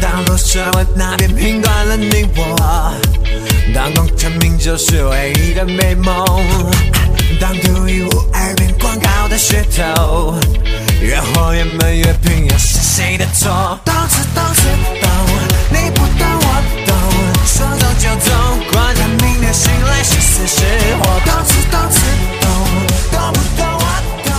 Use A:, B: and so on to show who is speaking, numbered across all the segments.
A: 当多少人那边评断了你我，当功成名就是唯一的美梦，当独一无二变广告的噱头，越活越闷越拼，又是谁的错？都知都知懂，你不懂我懂，说走就走，管他明天醒来是死是活，都知都知懂，懂不懂我懂，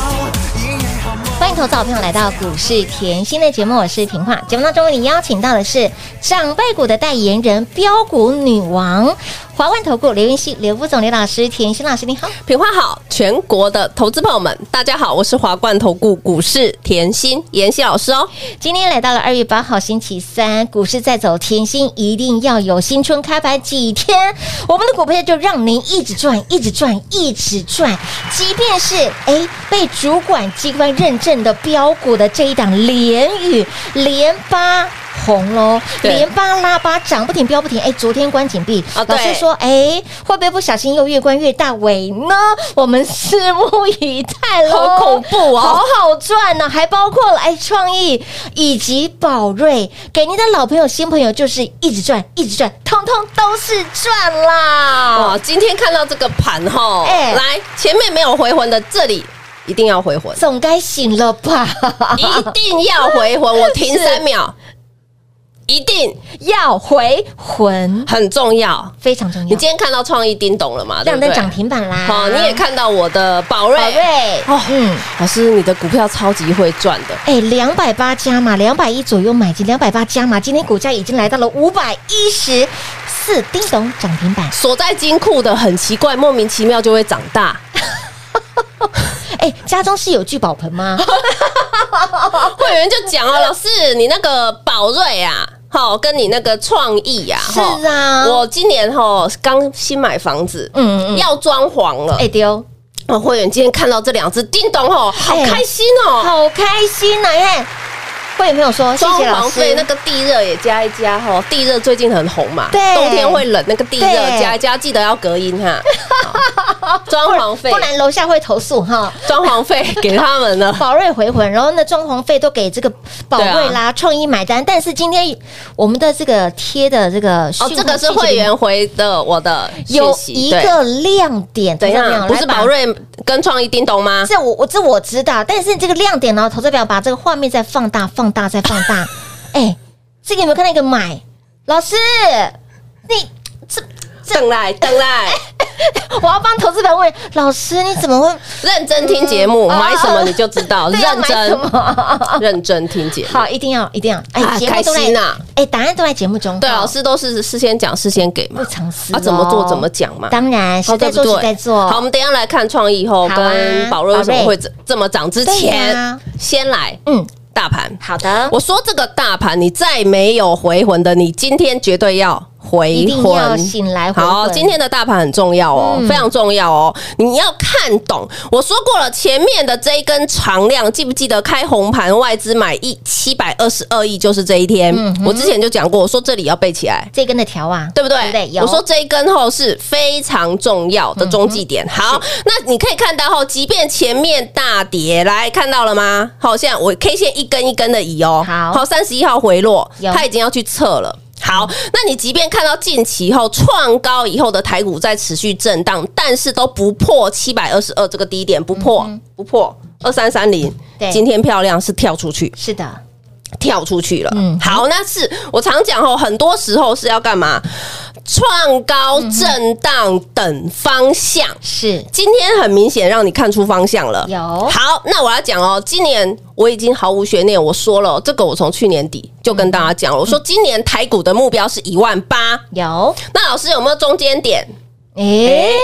A: 一夜好梦。
B: 欢迎投资好朋友来到股市甜心的节目，我是平化。节目当中为你邀请到的是长辈股的代言人标股女王华万投顾刘云熙、刘副总、刘老师、甜心老师，你好。
C: 品花好，全国的投资朋友们，大家好，我是华冠投顾股市甜心妍希老师哦。
B: 今天来到了二月八号星期三，股市在走，甜心一定要有新春开盘几天，我们的股票就让您一直赚，一直赚，一直赚，即便是哎被主管机关认证的标股的这一档联宇联八。红喽，
C: 对
B: 连八拉八涨不停，飙不停。哎，昨天关紧闭，
C: 哦
B: 老师
C: 对
B: 说，哎，会不会不小心又越关越大尾呢？我们拭目以待喽。
C: 好恐怖哦
B: 好好好赚呢、还包括了哎创意以及宝瑞，给您的老朋友、新朋友就是一直赚，一直赚，通通都是赚啦！
C: 哇，哦今天看到这个盘哈，
B: 哦哎，
C: 来前面没有回魂的，这里一定要回魂
B: 总该醒了吧？
C: 一定要回魂，我停
B: 是
C: 三秒，一定
B: 要回魂
C: 很重要。
B: 非常重要，
C: 你今天看到创意叮咚了嘛？对
B: 亮
C: 不
B: 灯
C: 对？哦
B: 涨停板啦！
C: 好，你也看到我的宝瑞
B: 宝，瑞
C: 哦
B: 嗯。
C: 老师，你的股票超级会赚的。
B: 哎，两百八加码，两百一左右买进，两百八加码，今天股价已经来到了五百一十四，叮咚涨停板。
C: 锁在金库的很奇怪，莫名其妙就会长大，
B: 哎，家中是有聚宝盆 吗？
C: 会员就讲啊了，老师，你那个宝瑞啊，好，跟你那个创意呀、
B: 是
C: 吼
B: 啊
C: 我今年哈刚新买房子，
B: 嗯嗯嗯
C: 要装潢了。
B: 哎丢，
C: 哦会员今天看到这两只叮咚吼，好
B: 哎
C: 开心哦！
B: 好开心呐、啊！你看，会员朋友说，谢
C: 装
B: 谢老
C: 潢费
B: 师。
C: 那个地热也加一加哈，地热最近很红嘛，
B: 对
C: 冬天会冷，那个地热
B: 对
C: 加一加，记得要隔音哈。好 装潢费
B: 不，然楼下会投诉哈。
C: 装潢费给他 们了。
B: 宝瑞回魂，然后呢，装潢费都给这个宝瑞
C: 对啊
B: 啦、创意买单。但是今天我们的这个贴的这个
C: 哦，
B: 讯号
C: 这个
B: 器
C: 是会员回的我的
B: 有
C: 讯息
B: 一
C: 对
B: 个亮点，
C: 怎
B: 投资朋友
C: 样？不是
B: 来把
C: 宝瑞跟创意叮咚吗？
B: 这我我这我知道，但是这个亮点呢，投资表把这个画面再放大、放大、再放 大。哎，这个有没有看到一个买？老师，你这
C: 等来等 来，
B: 我要帮投资表问老师，你怎么会
C: 认真听节目，买什么你就知道，
B: 嗯 对要
C: 认
B: 买什
C: 真
B: 么？
C: 认真听节目。
B: 好，一定要一定要！
C: 啊
B: 哎，节目都在
C: 开心啊
B: 哎，答案都在节目中。
C: 对，啊
B: 哦
C: 老师都是事先讲，事先给嘛
B: 不，藏私
C: 啊，怎么做
B: 哦
C: 怎么讲嘛。
B: 当然，
C: 好
B: 实在
C: 对不
B: 做
C: 对
B: 实在做。
C: 好，我们等一下来看创意后
B: 好啊
C: 跟宝瑞为什
B: 宝
C: 么
B: 瑞
C: 会这这么涨之
B: 对
C: 前
B: 啊，
C: 先来
B: 嗯，
C: 大盘。
B: 好的，
C: 我说这个大盘，你再没有回魂的，你今天绝对要
B: 一
C: 回
B: 定要
C: 魂。
B: 醒来回嗯
C: 好，
B: 魂。
C: 今天的大盘很重要哦，非常重要哦，你要看懂。我说过了，前面的这一根长量，记不记得开红盘外资买一七百二十二亿，就是这一天。
B: 嗯
C: 我之前就讲过，我说这里要背起来。
B: 这根的条啊，
C: 对不对？
B: 对不对？有
C: 我说这一根后是非常重要的中继
B: 嗯
C: 点。好，那你可以看到后，即便前面大跌，来看到了吗？好，现在我 K 线一根一根的移哦。
B: 好
C: 好，三十一号回落
B: 有，
C: 它已经要去测了。好，那你即便看到近期后创高以后的台股在持续震荡，但是都不破七百二十二这个低点，不破，不破二三三零
B: 嗯对。
C: 今天漂亮是跳出去，
B: 是的，
C: 跳出去了。
B: 嗯
C: 好，那是我常讲哦，很多时候是要干嘛？创高震荡等方向。
B: 是
C: 今天很明显让你看出方向了。
B: 有
C: 好，那我要讲哦，今年我已经毫无悬念，我说了，这个我从去年底就跟大家讲了，我说今年台股的目标是一万八。
B: 有，
C: 那老师有没有中间点？
B: 哎，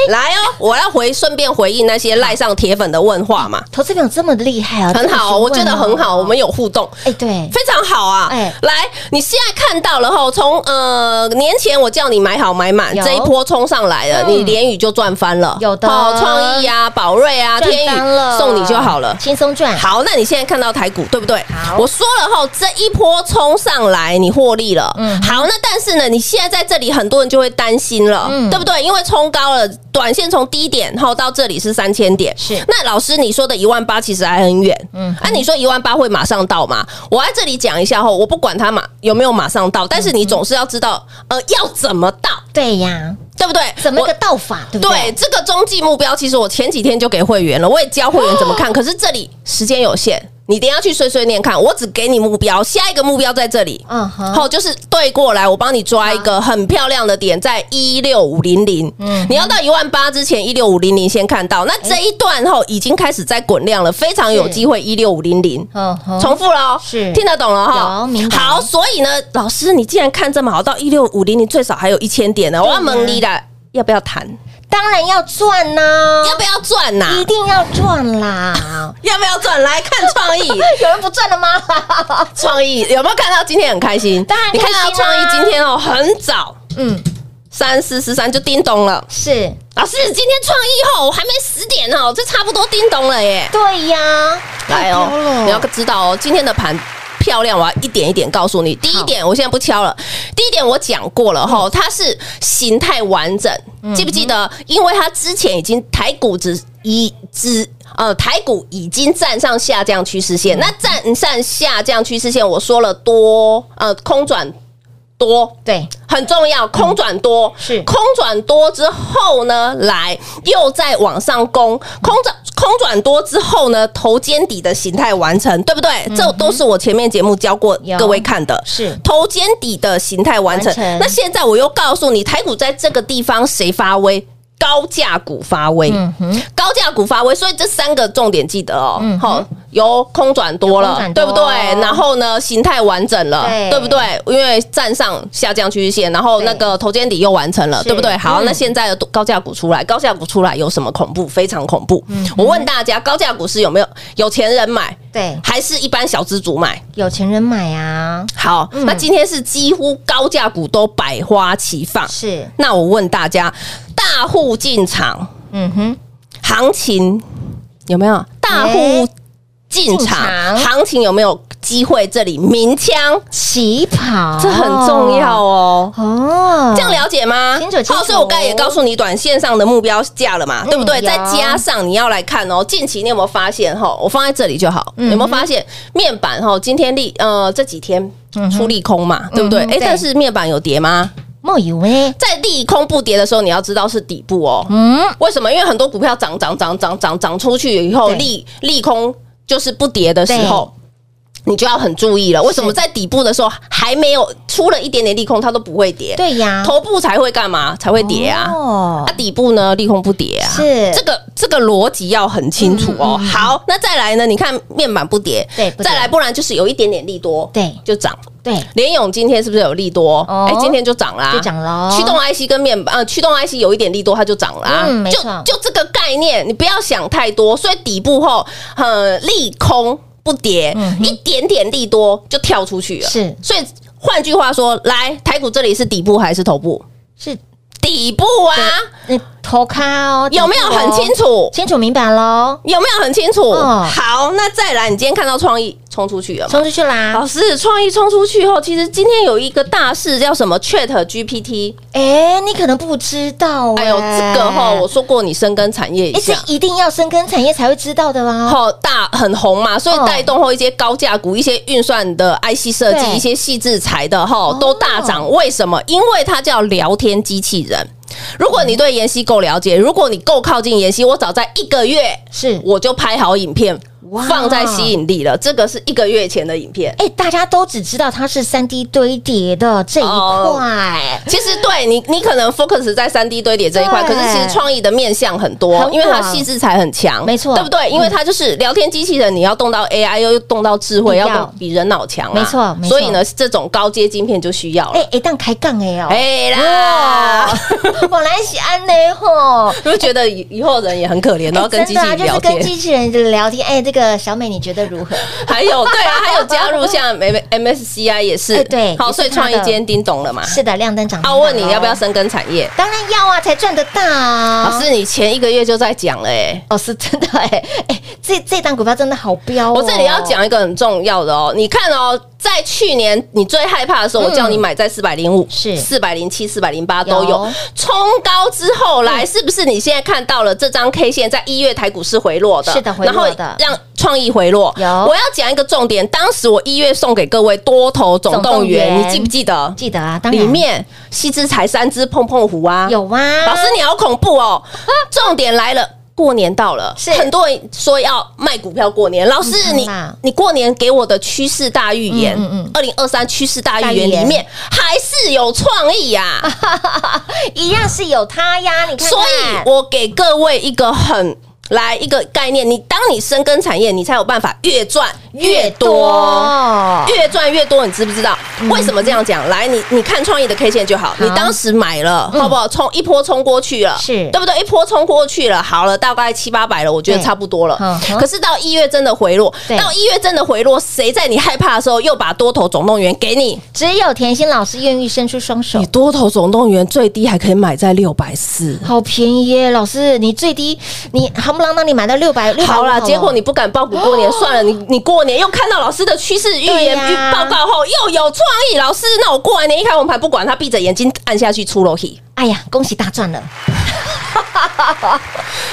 C: 来哦，我要回顺便回应那些赖上铁粉的问话嘛，
B: 投资朋友这么厉害啊，
C: 很好，我
B: 这么
C: 觉得
B: 询问哦
C: 很好，我们有互动。
B: 哎，对，
C: 非常好啊！
B: 哎
C: 来，你现在看到了哈，从呃年前我叫你买好买满，
B: 有
C: 这一波冲上来了，
B: 嗯
C: 你联宇就赚翻了，
B: 有的
C: 哦创意啊、宝瑞啊、
B: 赚
C: 天
B: 翻了
C: 宇送你就好了。
B: 轻松赚，
C: 好，那你现在看到台股对不对？
B: 好
C: 我说了后，这一波冲上来，你获利了。
B: 嗯
C: 好，那但是呢，你现在在这里，很多人就会担心了，
B: 嗯
C: 对不对？因为冲高了，短线从低点后到这里是三千点，
B: 是
C: 那老师你说的一万八其实还很远，嗯，啊，你说一万八会马上到吗？我在这里讲一下后，我不管它马有没有马上到，但是
B: 嗯
C: 你总是要知道，呃，要怎么到，
B: 对呀，
C: 对不对？
B: 怎么
C: 我
B: 个道法，对不
C: 对
B: 对？
C: 这个中继目标，其实我前几天就给会员了，我也教会员怎么
B: 哦
C: 看。可是这里时间有限，你等一下去碎碎念看。我只给你目标，下一个目标在这里。
B: 嗯哼
C: 好，就是对过来，我帮你抓一
B: 啊
C: 个很漂亮的点，在一六五零零。嗯，你要到一万八之前，一六五零零先看到。那这一段后已经开始在滚量了，非常有
B: 哎是
C: 机会一六五零零。
B: 嗯哼
C: 重复喽，
B: 是
C: 听得懂了哈，
B: 有明白
C: 好，所以呢，老师，你既然看这么好，到一六五零，你最少还有一千点呢。我要蒙你的，要不要谈？
B: 当然要赚呐，
C: 要不要赚呐、
B: 一定要赚啦！
C: 要不要赚？来看创意，
B: 有人不赚了吗？
C: 创意有没有看到？今天很开心，
B: 当然
C: 你看到
B: 开心
C: 创
B: 啊
C: 意今天哦，很早
B: 嗯，
C: 三四四三就叮咚了。
B: 是
C: 老师，今天创意后我还没十点哦，这差不多叮咚了耶。
B: 对呀，
C: 来
B: 太高了
C: 哦，你要知道哦，今天的盘漂亮，我要一点一点告诉你。第一点，我现在不敲了。第一点我讲过了
B: 嗯
C: 哈，它是形态完整，记不记得？因为它之前已经台股只已只。呃，台股已经站上下降趋势
B: 嗯
C: 线，那站上下降趋势线，我说了多，呃，空转多，
B: 对，
C: 很重要，空转多、
B: 嗯是
C: 空转多之后呢，来又再往上攻，空转空转多之后呢，头肩底的形态完成，对不对？
B: 嗯
C: 这都是我前面节目教过
B: 有
C: 各位看的，
B: 是
C: 头肩底的形态完成
B: 嗯完。成
C: 那现在我又告诉你，台股在这个地方谁发威？高价股发威，
B: 嗯哼，
C: 高价股发威，所以这三个重点记得哦
B: 嗯。
C: 好、由空转多
B: 由
C: 了
B: 空转，多
C: 对不对？然后呢，形态完整了，
B: 对
C: 对不对？因为站上下降趋势线，然后
B: 对
C: 那个头肩底又完成了，
B: 是
C: 对不对？好，
B: 嗯
C: 那现在的高价股出来，高价股出来有什么恐怖？非常恐怖。
B: 嗯
C: 我问大家，高价股是有没有有钱人买，
B: 对，
C: 还是一般小资族买？
B: 有钱人买啊，
C: 好，
B: 嗯
C: 那今天是几乎高价股都百花齐放。
B: 是，
C: 那我问大家，大户进场。
B: 嗯哼，
C: 行情有没有大户进场？
B: 哎进场哦
C: 行情有没有机会？这里鸣枪，
B: 起跑，
C: 这很重要哦。
B: 哦，
C: 这样了解吗？
B: 清楚清楚嗯
C: 好，所以我刚才也告诉你，短线上的目标价了嘛，对不对？
B: 有
C: 再加上你要来看哦，近期你有没有发现哈？我放在这里就好，
B: 嗯
C: 有没有发现面板哈？今天利呃这几天出利空嘛，对不对？
B: 嗯嗯哼
C: 哎，
B: 对
C: 但是面板有跌吗？
B: 莫以为，
C: 在利空不跌的时候，你要知道是底部哦。
B: 嗯，
C: 为什么？因为很多股票涨涨涨涨涨涨出去以后，
B: 对
C: 利利空就是不跌的时候。你就要很注意了，为什么
B: 是
C: 在底部的时候还没有出了一点点利空，它都不会跌？，
B: 对呀，
C: 头部才会干嘛？才会跌啊！
B: 哦
C: 啊，底部呢，利空不跌啊，
B: 是嗯
C: 这个这个逻辑要很清楚哦。好，那再来呢？你看面板不跌，
B: 对不跌
C: 再来不然就是有一点点利多，
B: 对
C: 就涨。
B: 对，
C: 联勇今天是不是有利多？
B: 哦
C: 哎、今天就涨啦，
B: 就涨咯
C: 驱动 IC 跟面板，呃，驱动 IC 有一点利多，它就涨啦。
B: 嗯没
C: 就
B: 错
C: 就这个概念，你不要想太多。所以底部后，呃，利空不跌，一点点利多就跳出去了。
B: 嗯是
C: 所以换句话说，来台股这里是底部还是头部？
B: 是
C: 底部啊，
B: 那头咖哦，
C: 有没有很清
B: 楚？
C: 楚？
B: 清楚明白喽，
C: 有没有很清楚？
B: 嗯
C: 好，那再来，你今天看到创意冲出去了吗？
B: 冲出啊去啦！
C: 老师，创意冲出去后，其实今天有一个大事叫什么 Chat GPT。
B: 哎，你可能不知道，
C: 哎呦，这个哈，我说过你深耕产业一
B: 哎，这
C: 下。
B: 一定要深耕产业才会知道的哦啦。
C: 后大很红嘛，所以带动后一些高价股、一些运算的 IC 设计、
B: 对
C: 一些细制材的哈都大涨。为什么？因为它叫聊天机器人。如果你对妍希够了解，如果你够靠近妍希，我早在一个月
B: 是
C: 我就拍好影片，
B: 哇
C: 放在吸引力了。这个是一个月前的影片。
B: 哎、大家都只知道它是三 D 堆叠的这一哎
C: 哦
B: 块，
C: 其实对你，你可能 focus 在三 D 堆叠这一块，可
B: 对
C: 是其实创意的面向很多，
B: 很广
C: 因为它细致才很强，
B: 没错嗯
C: 对不对？因为它就是聊天机器人，你要动到 AI，又动到智慧，
B: 要
C: 要动比人脑强啊，
B: 没错没错
C: 所以呢，这种高阶晶片就需要
B: 哎
C: 了。
B: 哎，当开杠哎哦，
C: 哎啦
B: 哇，我来西安呢吼。
C: 你 会觉得以以后人也很可怜， 然后跟
B: 哎
C: 机
B: 真
C: 器
B: 的啊，
C: 人
B: 就
C: 聊
B: 是跟
C: 天。
B: 机器人的聊天。哎，这个小美你觉得如 何？
C: 还有对啊，还有加入 像 M M S C I 也是
B: 哎对
C: 好，
B: 也是
C: 所以
B: 它
C: 创意
B: 的
C: 今天叮咚了嘛？
B: 是的，亮灯涨停
C: 啊，
B: 板
C: 我
B: 咯。
C: 问你要不要深耕产业？
B: 哦当然要啊，才赚得到啊。
C: 老师，你前一个月就在讲了哎。
B: 哦，是真的哎、哎，这这档股票真的好飙、哦！
C: 我这里要讲一个很重要的哦，你看哦，在去年你最害怕的时候，我叫你买在四百零五、
B: 嗯是
C: 四百零七、四百零八都有
B: 有嗯
C: 冲高之后来，是不是你现在看到了这张 K 线在一月台股是回落的，
B: 是的回落的
C: 然后让创意回落。
B: 有
C: 我要讲一个重点，当时我一月送给各位多头总动员，
B: 总动员
C: 你记不记得？
B: 记得啊，当然
C: 里面西之才三只碰碰胡啊，
B: 有啊，
C: 老师你好恐 怖哦！重点来了。过年到了，
B: 是
C: 很多人说要卖股票过年。老师，
B: 嗯
C: 你
B: 啦
C: 你过年给我的趋势大预言
B: 嗯嗯嗯，
C: 二零二三趋势大预言
B: 大预言
C: 里面还是有创意呀、
B: 一样是有它呀，啊你看看。
C: 所以，我给各位一个很来一个概念，你当你深耕产业，你才有办法越赚越多。越赚越多，你知不知道？为什么这样讲？来，你你看创意的 K 线嗯就好，嗯你当时买了，好不好？冲一波冲过去了，
B: 是
C: 对不对？一波冲过去了，好了，大概七八百了，我觉得
B: 对
C: 差不多了
B: 嗯。哼
C: 可是到一月真的回落，
B: 对
C: 到一月真的回落，谁在你害怕的时候又把多头总动员给你？
B: 只有甜心老师愿意伸出双手
C: 你，多头总动员最低还可以买在六百四。
B: 好便宜耶！老师，你最低你夯不啷当你买到六百六
C: 好啦，结果你不敢报股过年，算了，你你过年又看到老师的趋势预言
B: 对呀
C: 报告后又有创意，老师，那我过完年一开红盘，不管他闭着眼睛按下去出楼梯。
B: 哎呀，恭喜大赚了！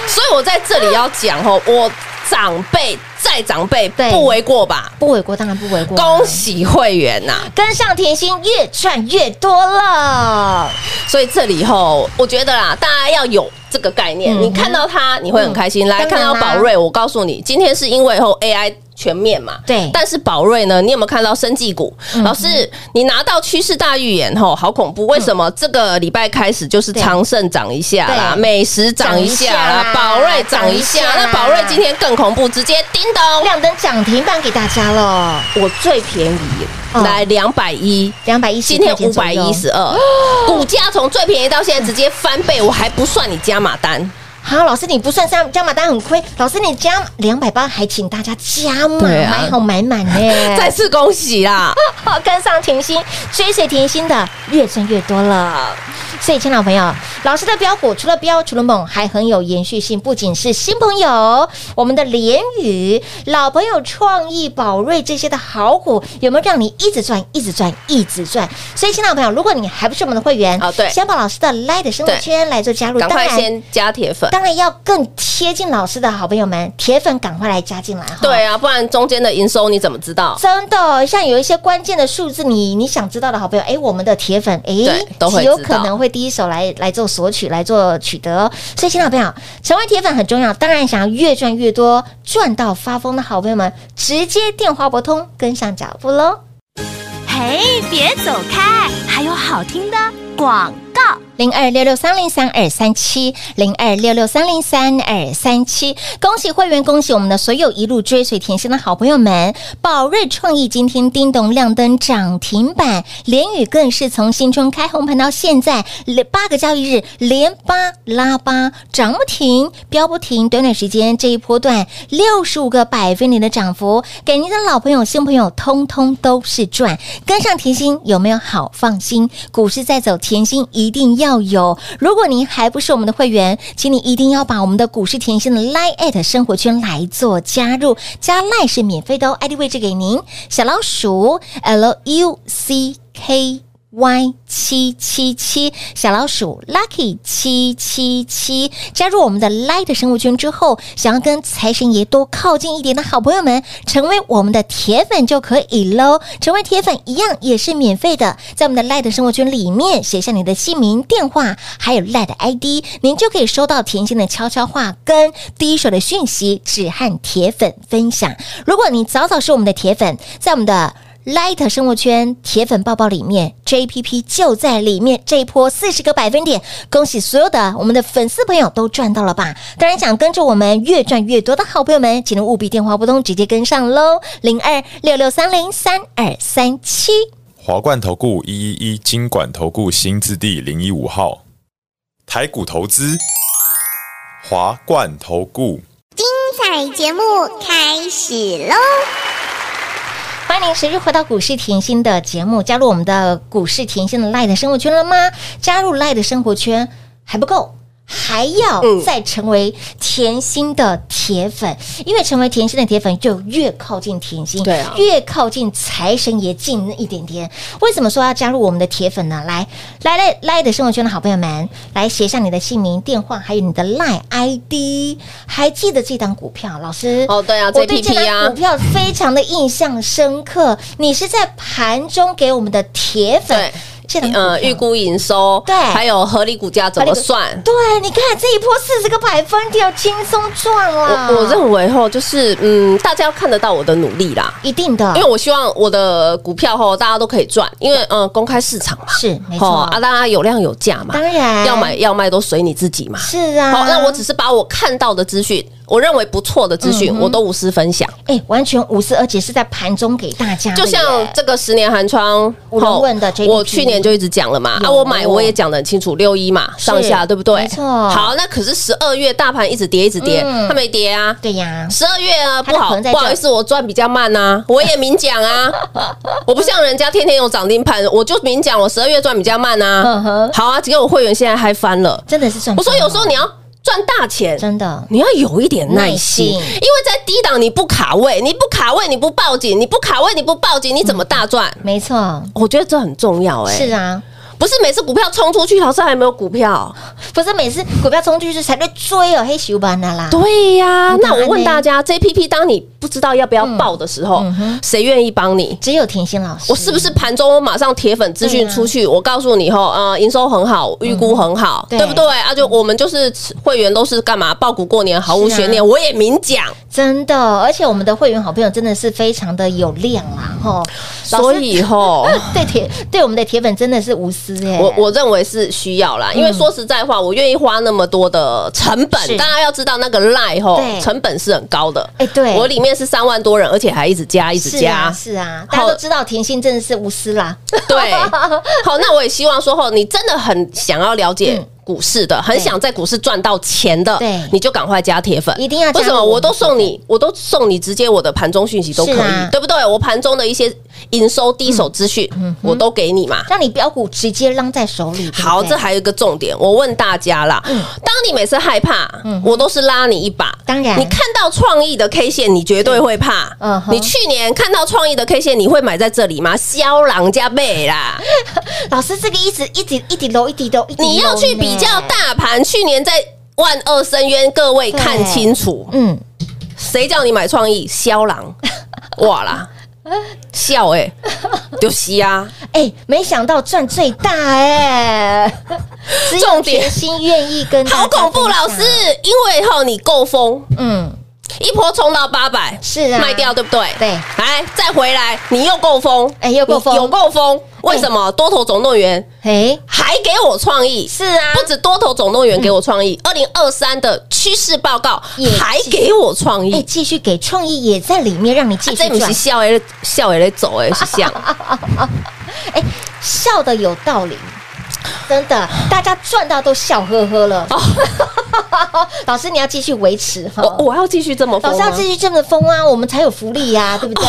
C: 所以我在这里要讲 哦，我长辈再长辈
B: 对
C: 不为过吧？
B: 不为过当然不为过啊、
C: 恭喜会员呐、
B: 跟上甜心越赚越多了，
C: 所以这里吼，我觉得啦，大家要有这个概念，
B: 嗯
C: 你看到它你会很开心。来
B: 当
C: 看
B: 然啦
C: 到宝瑞，我告诉你，今天是因为后 AI。全面嘛，
B: 对嗯
C: 但是宝瑞呢？你有没有看到生技股？老师，你拿到趋势大预言吼，好恐怖！为什么这个礼拜开始就
B: 嗯
C: 是
B: 对
C: 长盛涨一下啦，
B: 对
C: 美食涨一下啦，
B: 涨
C: 宝
B: 一下啦
C: 瑞涨一
B: 涨
C: 下？
B: 一下
C: 那宝瑞今天更恐怖，直接叮咚，
B: 亮灯涨停板给大家了，
C: 我最便宜，
B: 哦
C: 来两百一，
B: 两百一十，
C: 今天五百一十 二，股价从最便宜到现在直接翻倍，我还不算你加码单，
B: 好，老师你不算加加码单很亏，老师你加两百八，还请大家加码，
C: 对啊
B: 买好买满呢、
C: 再次恭喜 啦！
B: 好跟上甜心，追随甜心的越挣越多了。所以，亲老朋友，老师的标股除了标，除了猛，还很有延续性。不仅是新朋友，我们的联宇、老朋友创意、宝瑞这些的好股，有没有让你一直赚、一直赚、一直赚？所以，亲老朋友，如果你还不是我们的会员，
C: 哦对
B: 先把老师的 Light 的生活
C: 对
B: 圈来做加入，
C: 赶
B: 当
C: 快
B: 然
C: 先加铁粉，
B: 当然要更贴近老师的好朋友们，铁粉赶快来加进来哈。
C: 对啊，不然中间的营收你怎么知道？
B: 真的，像有一些关键的数字你，你想知道的好朋友，哎，我们的铁粉，哎
C: 对，都会
B: 极有
C: 知道
B: 可能会第一手来来做索取，来做取得哦。所以，新老朋友，成为铁粉很重要。当然，想要越赚越多，赚到发疯的好朋友们，直接电话拨通，跟上脚步喽。
D: 嘿，别走开，还有好听的广告。
B: 零二六六三零三二三七，零二六六三零三二三七。恭喜会员，恭喜我们的所有一路追随甜心的好朋友们！宝瑞创意今天叮咚亮灯涨停板，联宇更是从新春开红盘到现在连八个交易日连八拉八，涨不停，飙不停。短短时间这一波段六十五个百分点的涨幅，给您的老朋友、新朋友通通都是赚。跟上甜心有没有好放心？股市在走，甜心一定要有。如果您还不是我们的会员，请你一定要把我们的股市甜心的 Line at 生活圈来做加入，加 Line 是免费的哦，ID 位置给您，小老鼠 L U C K。 Y 七七七，小老鼠 Lucky 七七七，加入我们的 Light 生活圈之后，想要跟财神爷多靠近一点的好朋友们，成为我们的铁粉就可以喽。成为铁粉一样也是免费的，在我们的 Light 生活圈里面写下你的姓名、电话，还有 Light 的 ID，您就可以收到甜心的悄悄话跟第一手的讯息，只和铁粉分享。如果你早早是我们的铁粉，在我们的 Light 生活圈铁粉抱抱里面，JPP 就在里面。这一波四十个百分点，恭喜所有的我们的粉丝朋友都赚到了吧！当然，想跟着我们越赚越多的好朋友们，请您务必电话拨通，直接跟上喽，零二六六三零三二三七。
E: 华冠投顾一一一金管投顾新字第零一五号，台股投资，华冠投顾。
F: 彩节目开始喽！
B: 欢迎您持续回到股市甜心的节目，加入我们的股市甜心的 Light 生活圈了吗？加入 Light 生活圈还不够。还要
C: 嗯
B: 再成为甜心的铁粉，因为成为甜心的铁粉就越靠近甜心，
C: 对啊
B: 越靠近财神爷近一点点。为什么说要加入我们的铁粉呢？来，来来来的生活圈的好朋友们，来写上你的姓名、电话，还有你的 Line ID，还记得这档股票，老师
C: 哦对啊
B: 我对这
C: JPP 啊
B: 档股票非常的印象深刻。你是在盘中给我们的铁粉
C: 对，
B: 这档股票
C: 呃，预估营收，
B: 嗯对
C: 还有合理股价怎么算？
B: 对，你看这一波四十个百分点，轻松赚了。
C: 我我认为吼，就是嗯，大家要看得到我的努力啦，
B: 一定的，
C: 因为我希望我的股票吼大家都可以赚，因为嗯，公开市场嘛，
B: 是没
C: 吼
B: 错
C: 啊，大家有量有价嘛，
B: 当然
C: 要买要卖都随你自己嘛。
B: 是啊。
C: 好，那我只是把我看到的资讯，我认为不错的资
B: 嗯
C: 讯，我都无私分享。
B: 哎，完全无私，而且是在盘中给大家的
C: 就
B: 耶，
C: 像这个十年寒窗，
B: 无人问的
C: 吼
B: JPP
C: 我去年就一直讲了嘛，
B: 有
C: 啊，我买我也讲得很清楚，六一嘛上下，对不对？
B: 没错
C: 好，那可是十二月大盘一直跌，一直跌，
B: 嗯
C: 它没跌啊。
B: 对呀，
C: 十二月啊，
B: 它
C: 不
B: 的
C: 好，
B: 可能在
C: 不
B: 这
C: 好意思，我赚比较慢啊， 我也明讲啊，我不像人家天天有涨停盘，我就明讲，我十二月赚比较慢
B: 嗯
C: 啊
B: 哼。
C: 好啊，结果我会员现在嗨翻了，
B: 真的是赚翻了。
C: 我说有时候你要赚大钱，
B: 真的
C: 你要有一点耐心，
B: 耐
C: 因
B: 心
C: 为在低档你不卡位，你不卡位，你不报警，你不卡位，你不报警，你怎么大赚？
B: 没错，
C: 我觉得这很重要哎、
B: 是啊，
C: 不是每次股票冲出去，老师还没有股票？
B: 不是每次股票冲进去才在追哦，黑熊班的啦。
C: 对呀、
B: 嗯
C: 那
B: 当然
C: 我问
B: 呢嗯
C: 大家，JPP 当你不知道要不要报的时候，谁愿意帮你？
B: 只有甜心老师，
C: 我是不是盘中我马上铁粉资讯出去？我告诉你后，呃，营收很好，预估很好，
B: 嗯对
C: 对不对？啊，就我们就是会员都是干嘛报股过年毫无
B: 是啊
C: 悬念，我也明讲。
B: 真的？而且我们的会员好朋友真的是非常的有量啦，吼！
C: 所以 吼，
B: 对铁对我们的铁粉真的是无私耶。
C: 我我认为是需要啦，因为说实在话，我愿意花那么多的成
B: 嗯是
C: 本，大家要知道那个赖吼
B: 对
C: 成本是很高的。
B: 哎对
C: 我里面是三万多人，而且还一直加一直
B: 是啊
C: 加。
B: 是啊，大家都知道甜心真的是无私啦。
C: 对，好，那我也希望说吼，你真的很想要了解
B: 嗯。
C: 股市的很想在股市赚到钱的，
B: 对
C: 你就赶快加铁粉，
B: 一定要加
C: 为什么？
B: 我们
C: 我都送你，我都送你直接我的盘中讯息都可
B: 是啊嗯
C: 以，对不对？我盘中的一些营收低手资讯，我都给你嘛。
B: 让你标股直接扔在手里。对不对嗯
C: 好，这还有一个重点，我问大家啦，当你每次害怕，我都是拉你一把。
B: 当然
C: 你看到创意的 K 线，你绝对会怕。
B: 哎嗯哼
C: 你去年看到创意的 K 线，你会买在这里吗？肖郎加 倍啦，
B: 老师这个一直一直一直揉一直揉，一直揉
C: 你要去比较
B: 呢。
C: 大盘，去年在。万恶深渊，各位
B: 对
C: 看清楚，
B: 嗯，
C: 谁叫你买创意？肖 郎，哇啦，笑哎、就是 啊，
B: 哎，没想到赚最大哎，只有
C: 重点
B: 甜心愿意跟大家
C: 好恐怖，
B: 分享
C: 老师，因为吼你够疯，
B: 嗯，
C: 一波冲到八百，
B: 是啊
C: 卖掉对不对？
B: 对
C: 来再回来，你又够疯，
B: 哎又够疯
C: 你有够疯，为什么？多头总动员
B: 哎，
C: 还给我创意，
B: 是啊，嗯
C: 不止多头总动员给我创意，二零二三的趋势报告
B: 也
C: 还给我创
B: 哎，
C: 意。
B: 继续给创意也在里面，让你哎继
C: 这
B: 续
C: 啊不是
B: 赚。
C: 笑诶，笑诶，走诶，是像
B: 哎，笑的有道理，真的，大家赚到都笑呵呵了。
C: 哦
B: 老师，你要继续维持哈。
C: 我我要继续这么
B: 老
C: 疯
B: 师要
C: 吗？
B: 继续这么疯啊，我们才有福利呀、
C: 哦
B: 对不对？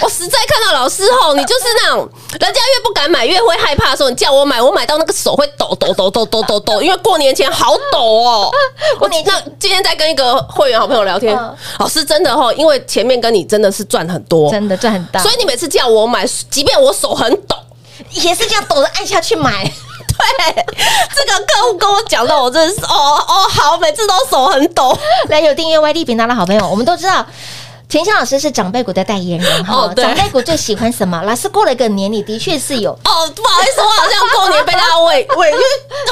C: 我实在看到老师吼，你就是那种 人家越不敢买越会害怕的时候，你叫我买，我买到那个手会抖抖抖抖抖抖抖，因为过年前好抖哦。
B: 过
C: 我
B: 年前
C: 那今天在跟一个会员好朋友聊天
B: 嗯，
C: 老师真的吼，因为前面跟你真的是赚很多，
B: 真的赚很大
C: 所以你每次叫我买，即便我手很抖，
B: 也是这样抖着按下去 买，
C: 对，这个客户跟我讲到，我真的是哦哦好，每次都手很抖。
B: 来有订阅 YD 频道的好朋友，我们都知道。田心老师是长辈股的代言人哈，
C: 哦对
B: 长辈股最喜欢什么？老师过了一个年，你的确是有
C: 哦，不好意思，我好像过年被大家喂喂，因为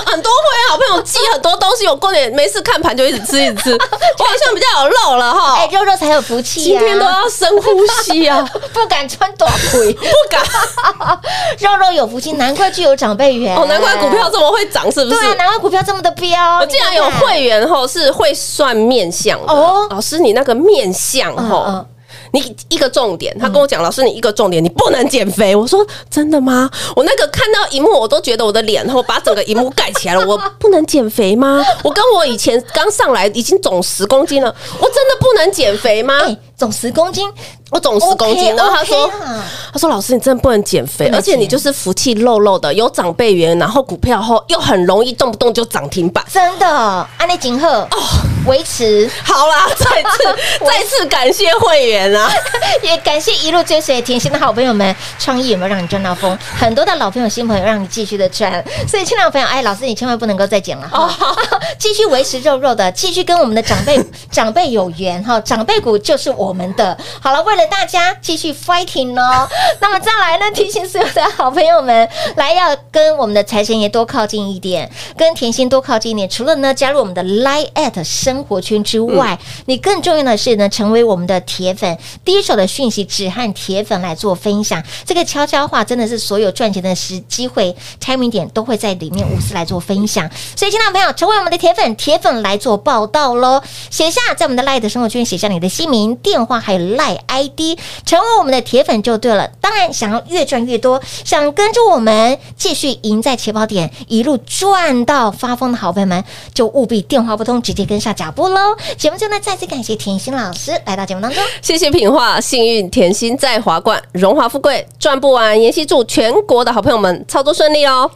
C: 很多会员好朋友寄很多东西，我过年没事看盘就一直吃一 直吃，我好像比较有肉了哈。
B: 哎、肉肉才有福气、哦
C: 今天都要深呼吸啊，
B: 不敢穿短腿，
C: 不敢。
B: 肉肉有福气，难怪具有长辈缘。
C: 哦，难怪股票这么会涨，是不
B: 对啊，
C: 是？
B: 难怪股票这么的飙。
C: 我竟然
B: 哦你
C: 有
B: 看看啊
C: 会啊员吼是会算面相的
B: 哦
C: 老师你那个面相
B: 嗯
C: 吼
B: 嗯，
C: 你一个重点，他跟我讲，老师你一个重点，你不能减肥。我说真的吗？我那个看到荧幕，我都觉得我的脸后把整个荧幕盖起来了，我不能减肥吗？我跟我以前刚上来已经肿十公斤了，我真的不能减肥吗？
B: 哎、总十公斤，
C: 我肿十公斤，
B: OK，
C: 然后他
B: OK 啊
C: 说
B: 啦，
C: 他说老师你真的不能减肥，
B: 不能
C: 而且你
B: 减
C: 就是福气漏漏的，有长辈缘，然后股票后又很容易动不动就涨停板。
B: 真的，安内景鹤哦，维持。
C: 好啦，再 次再次感谢会员啊！
B: 也感谢一路追随甜心的好朋友们，创意有没有让你赚到风？很多的老朋友、新朋友让你继续的赚，所以亲爱的朋友，哎，老师你千万不能够再减了哈， 继续维持肉肉的，继续跟我们的长辈 长辈有缘哈，长辈股就是我们的。好了，为了大家继续 fighting 哦， 那么再来呢，提醒所有的好朋友们，来要跟我们的财神爷多靠近一点，跟甜心多靠近一点。除了呢加入我们的 Line at 生活圈之外，你更重要的是呢成为我们的铁粉，第一手的讯息只和铁粉来做分享。这个悄悄话真的是所有赚钱的时机会 timing 点都会在里面无私来做分享。所以，亲爱的朋友，成为我们的铁粉，铁粉来做报道喽！写下在我们的 Line 的生活圈写下你的姓名、电话还有 Line ID，成为我们的铁粉就对了。当然，想要越赚越多，想跟着我们继续赢在起跑点，一路赚到发疯的好朋友们，就务必电话不通，直接跟上脚步喽！节目最后呢，再次感谢甜心老师来到节目当中。
C: 谢谢品画，幸运甜心在华冠，荣华富贵赚不完。妍希祝全国的好朋友们操作顺利哦！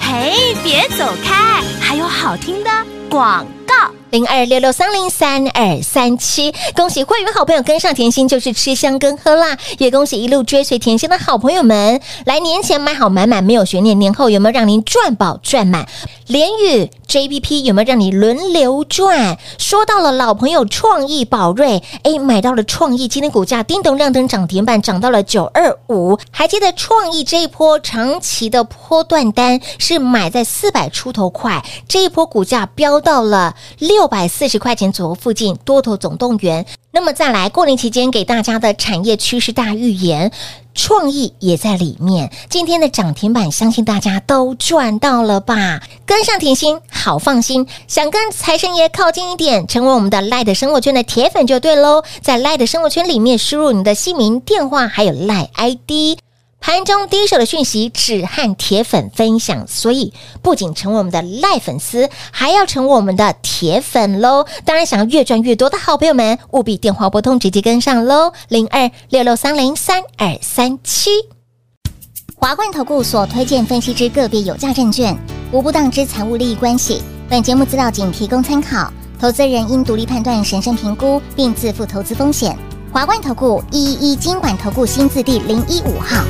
D: 嘿，别走开，还有好听的广告。
B: 零二六六三零三二三七。恭喜会员好朋友跟上甜心，就是吃香跟喝辣，也恭喜一路追随甜心的好朋友们，来年前买好买满没有悬念，年后有没有让您赚饱赚满？联宇 JBP 有没有让你轮流赚？说到了老朋友创意宝瑞，哎，买到了创意，今天股价叮咚亮灯涨停板，涨到了九二五。还记得创意这一波长期的波段单是买在四百出头块，这一波股价飙到了六百四十块钱左右附近，多头总动员。那么再来，过年期间给大家的产业趋势大预言。创意也在里面。今天的涨停板，相信大家都赚到了吧？跟上甜心，好放心。想跟财神爷靠近一点，成为我们的 l i 的生活圈的铁粉就对喽。在 l i 的生活圈里面，输入你的姓名、电话还有 l ID。盘中第一手的讯息只和铁粉分享，所以不仅成为我们的赖粉丝，还要成为我们的铁粉喽！当然，想要越赚越多的好朋友们，务必电话拨通，直接跟上喽，零二六六三零三二三七。
F: 华冠投顾所推荐分析之个别有价证券，无不当之财务利益关系。本节目资料仅提供参考，投资人应独立判断、审慎评估，并自负投资风险。华冠投顾一一一金管投顾新字第零一五号。